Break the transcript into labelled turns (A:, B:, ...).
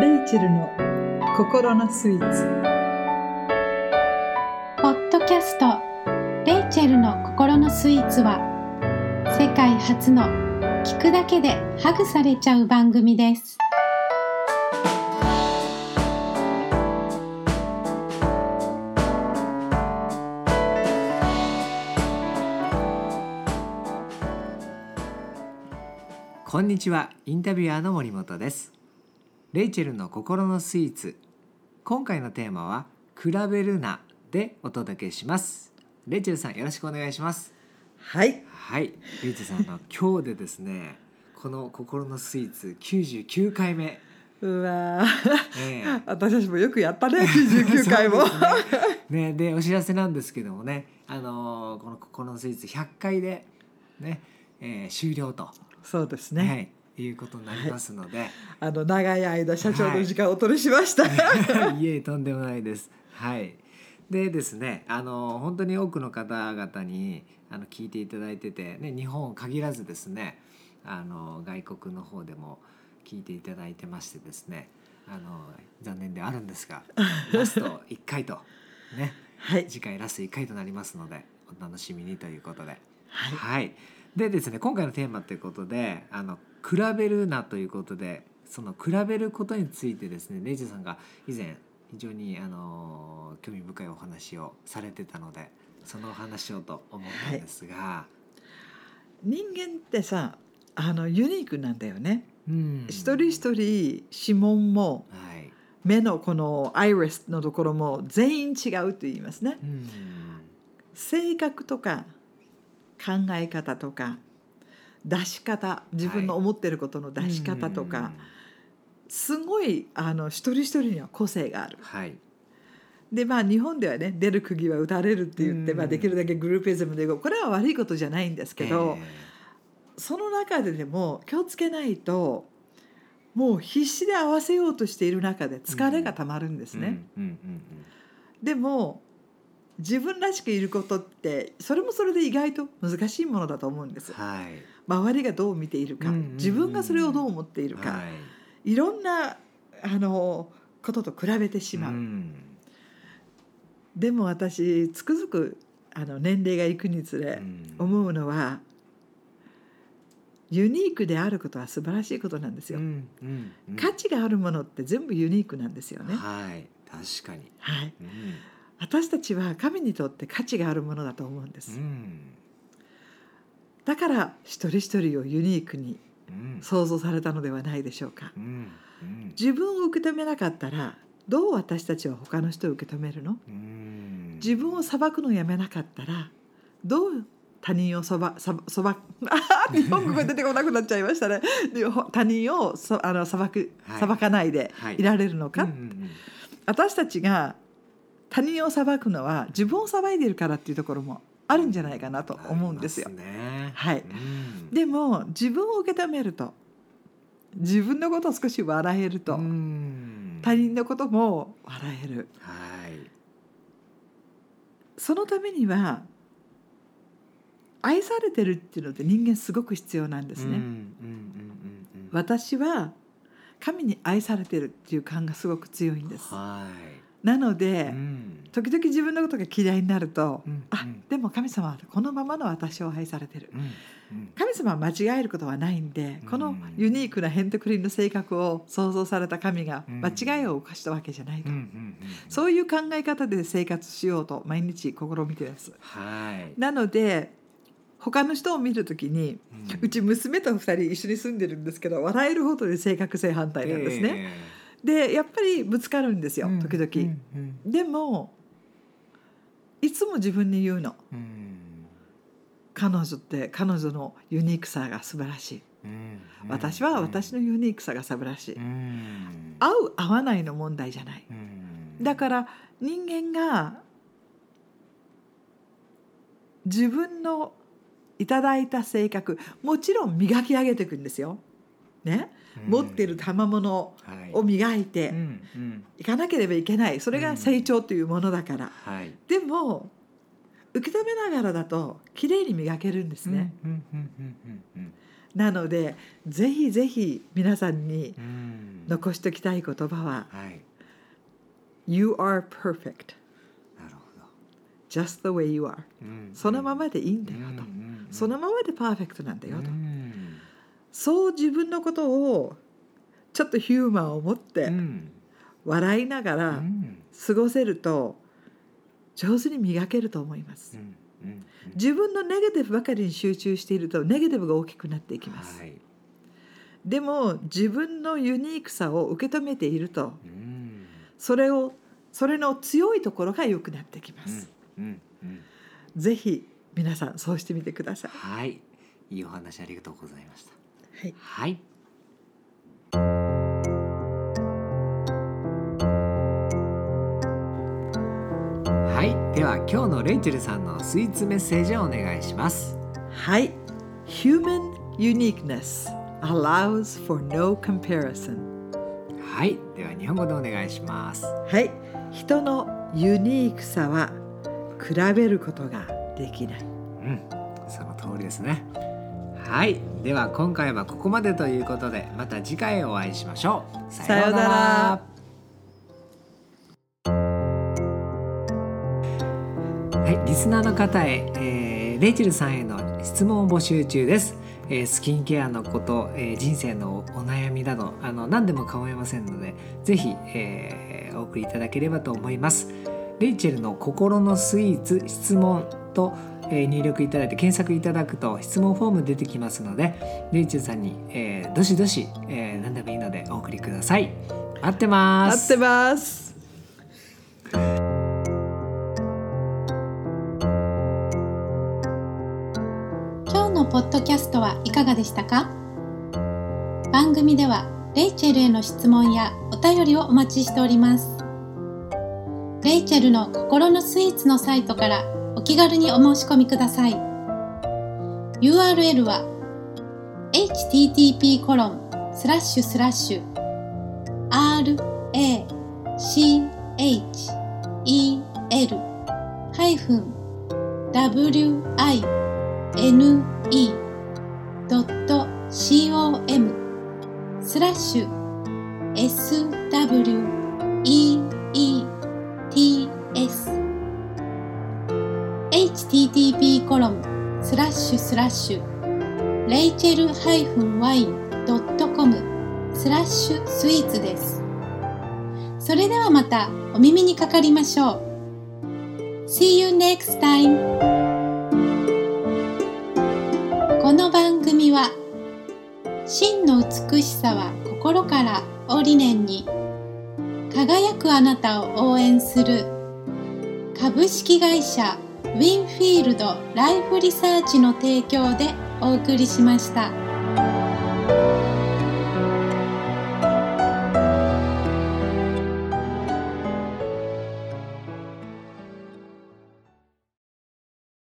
A: ーチェルの心のスイーツ
B: ポッドキャスト「レイチェルの心のスイーツは」世界初の聞くだけでハグされちゃう番組です。
C: こんにちはインタビュアーの森本ですレイチェルの心のスイーツ今回のテーマは比べるなでお届けしますレイチェルさんよろしくお願いします
A: はい
C: はいレイチェルさんあの今日でですねこの心のスイーツ99回目、
A: うわー
C: ええ
A: 私たちもよくやったね99回も
C: ねでお知らせなんですけどもねあのーこの心のスイーツ100回でね、えー終了と、
A: そうですね、
C: はい、いうことになりますので、
A: あの長い間社長の時間をお取りしました、
C: いえとんでもないです。はい。でですね、あの本当に多くの方々にあの聞いていただいてて、ね、日本限らずですね、あの外国の方でも聞いていただいてましてですね、あの残念ではあるんですが、ラスト1回とね、
A: はい
C: 次回ラスト1回となりますので、お楽しみにということで。
A: はい
C: はい、でですね今回のテーマということであの比べるなということでその比べることについてですねレイジさんが以前非常にあの興味深いお話をされてたのでそのお話をと思ったんですが、
A: 人間ってさあのユニークなんだよね、
C: うん
A: 一人一人指紋も
C: はい、
A: 目のこのアイリスのところも全員違うと言いますね
C: うん
A: 性格とか考え方とか出し方自分の思ってることの出し方とか、すごいあの一人一人には個性がある
C: うんはい、
A: でまあ日本ではね出る釘は打たれるって言って、
C: うん
A: まあ、できるだけグループイズムでこれは悪いことじゃないんですけど、その中ででも気をつけないともう必死で合わせようとしている中で疲れがたまるんで
C: です
A: ね。、
C: うんうん
A: でも自分らしくいることってそれもそれで意外と難しいものだと思うんで
C: う
A: す
C: ん、はい、
A: 周りがどう見ているか
C: うんうんうん
A: 自分がそれをどう思っているか、
C: はい
A: い、ろんなあのことと比べてしまう、
C: ん
A: でも私つくづくあの年齢がいくにつれ
C: ん
A: 思うのはユニークであることは素晴らしいことなんですよ、
C: うんうんうん
A: 価値があるものって全部ユニークなんですよね、
C: はい、確かに、
A: はい、
C: うん
A: 私たちは神にとって価値があるものだと思うんです、
C: うん
A: だから一人一人をユニークに
C: うん
A: 想像されたのではないでしょうか
C: うんうん
A: 自分を受け止めなかったらどう私たちは他の人を受け止めるの
C: うん
A: 自分を裁くのやめなかったらどう他人をそばさばそば 日本語が出てこなくなっちゃいましたねでほ他人をそあの裁く
C: はい
A: 裁かないで
C: はい
A: いられるのか、
C: うんうん
A: 私たちが他人を裁くのは自分を裁いでいるからっていうところもあるんじゃないかなと思うんですよ
C: あり。ますね
A: はい
C: うん
A: でも自分を受け止めると自分のことを少し笑えると、
C: うん
A: 他人のことも笑える
C: はい
A: そのためには愛されてるっていうのって人間すごく必要なんですね、
C: うんうんうんうんうん
A: 私は神に愛されてるっていう感がすごく強いんです
C: はい
A: なので、
C: うん
A: 時々自分のことが嫌いになると、
C: うん
A: あ
C: うん
A: でも神様はこのままの私を愛されてる
C: うんうん
A: 神様は間違えることはないんで、
C: うん
A: このユニークなヘンテクリンの性格を想像された神が
C: うん
A: 間違いを犯したわけじゃないと、
C: うんうんうんうん
A: そういう考え方で生活しようと毎日試みてます。
C: はい
A: なので他の人を見るときにうち娘と2人一緒に住んでるんですけど笑えるほどで性格性反対なんですね。
C: ね
A: でやっぱりぶつかるんですよ時々。でもいつも自分に言うの彼女って彼女のユニークさが素晴らしい。私は私
C: の
A: のユニークさが素晴らしい、
C: うん
A: 合う合わないの問題じゃない
C: うん
A: だから人間が自分のいただいた性格もちろん磨き上げていくんですよ、ね
C: うん
A: 持ってる賜物
C: はい
A: を磨いて
C: うんうん
A: いかなければいけないそれが成長というものだから、
C: はい
A: でも受け止めながらだと綺麗に磨けるんですね、
C: うんうんうんうんうん
A: なのでぜひぜひ皆さんに
C: うん
A: 残しておきたい言葉は
C: はい
A: 「You are perfect
C: なるほど
A: just the way you are」
C: うん
A: そのままでいいんだよ
C: うん
A: と
C: うん
A: そのままでパーフェクトなんだよと
C: うん
A: そう自分のことをちょっとヒューマンを持っ
C: う
A: て
C: ん
A: 笑いなが
C: う
A: ら
C: ん
A: 過ごせると上手に磨けると思いま
C: う
A: す
C: んうん
A: 自分のネガティブばかりに集中しているとネガティブが大きくなっていきます、
C: はい
A: でも自分のユニークさを受け止めていると
C: うん
A: それをそれの強いところが良くなってきます、
C: うんうん
A: ぜひ皆さんそうしてみてください
C: はいいいお話ありがとうございました
A: はい
C: はいはいでは今日のレイチェルさんのスイーツメッセージをお願いします
A: はい。Human uniqueness allows for no comparison。
C: はいでは日本語でお願いします
A: はい。人のユニークさは比べることができない。
C: うん、その通りですね。はい、では今回はここまでということで、また次回お会いしましょう。さよ
A: さよう
C: うな
A: な
C: ら
A: ら。
C: はい、リスナーの方へ、えーレイチェルさんへの質問を募集中です。えースキンケアのこと、えー人生のお悩みなどあの何でも構いませんのでぜひ、えーお送りいただければと思います。レイチェルの心のスイーツ質問と、えー入力いただいて検索いただくと質問フォーム出てきますのでレイチェルさんに、えーどしどし、えー何でもいいのでお送りください。待ってます。
A: 待ってます。
B: 今日のポッドキャストはいかがでしたか番組ではレイチェルへの質問やお便りをお待ちしておりますレイチェルの心のスイーツのサイトからお気軽にお申し込みください URL は http コロンスラッシュスラッシュ r a c h e l ハイフン w i ne.com スラッシュ sweets http コロンスラッシュスラッシュレイチェル -wine.com スラッシュスイーツですそれではまたお耳にかかりましょう See you next time! この番組は真の美しさは心からを理念に輝くあなたを応援する株式会社ウィンフィールドライフリサーチの提供でお送りしました。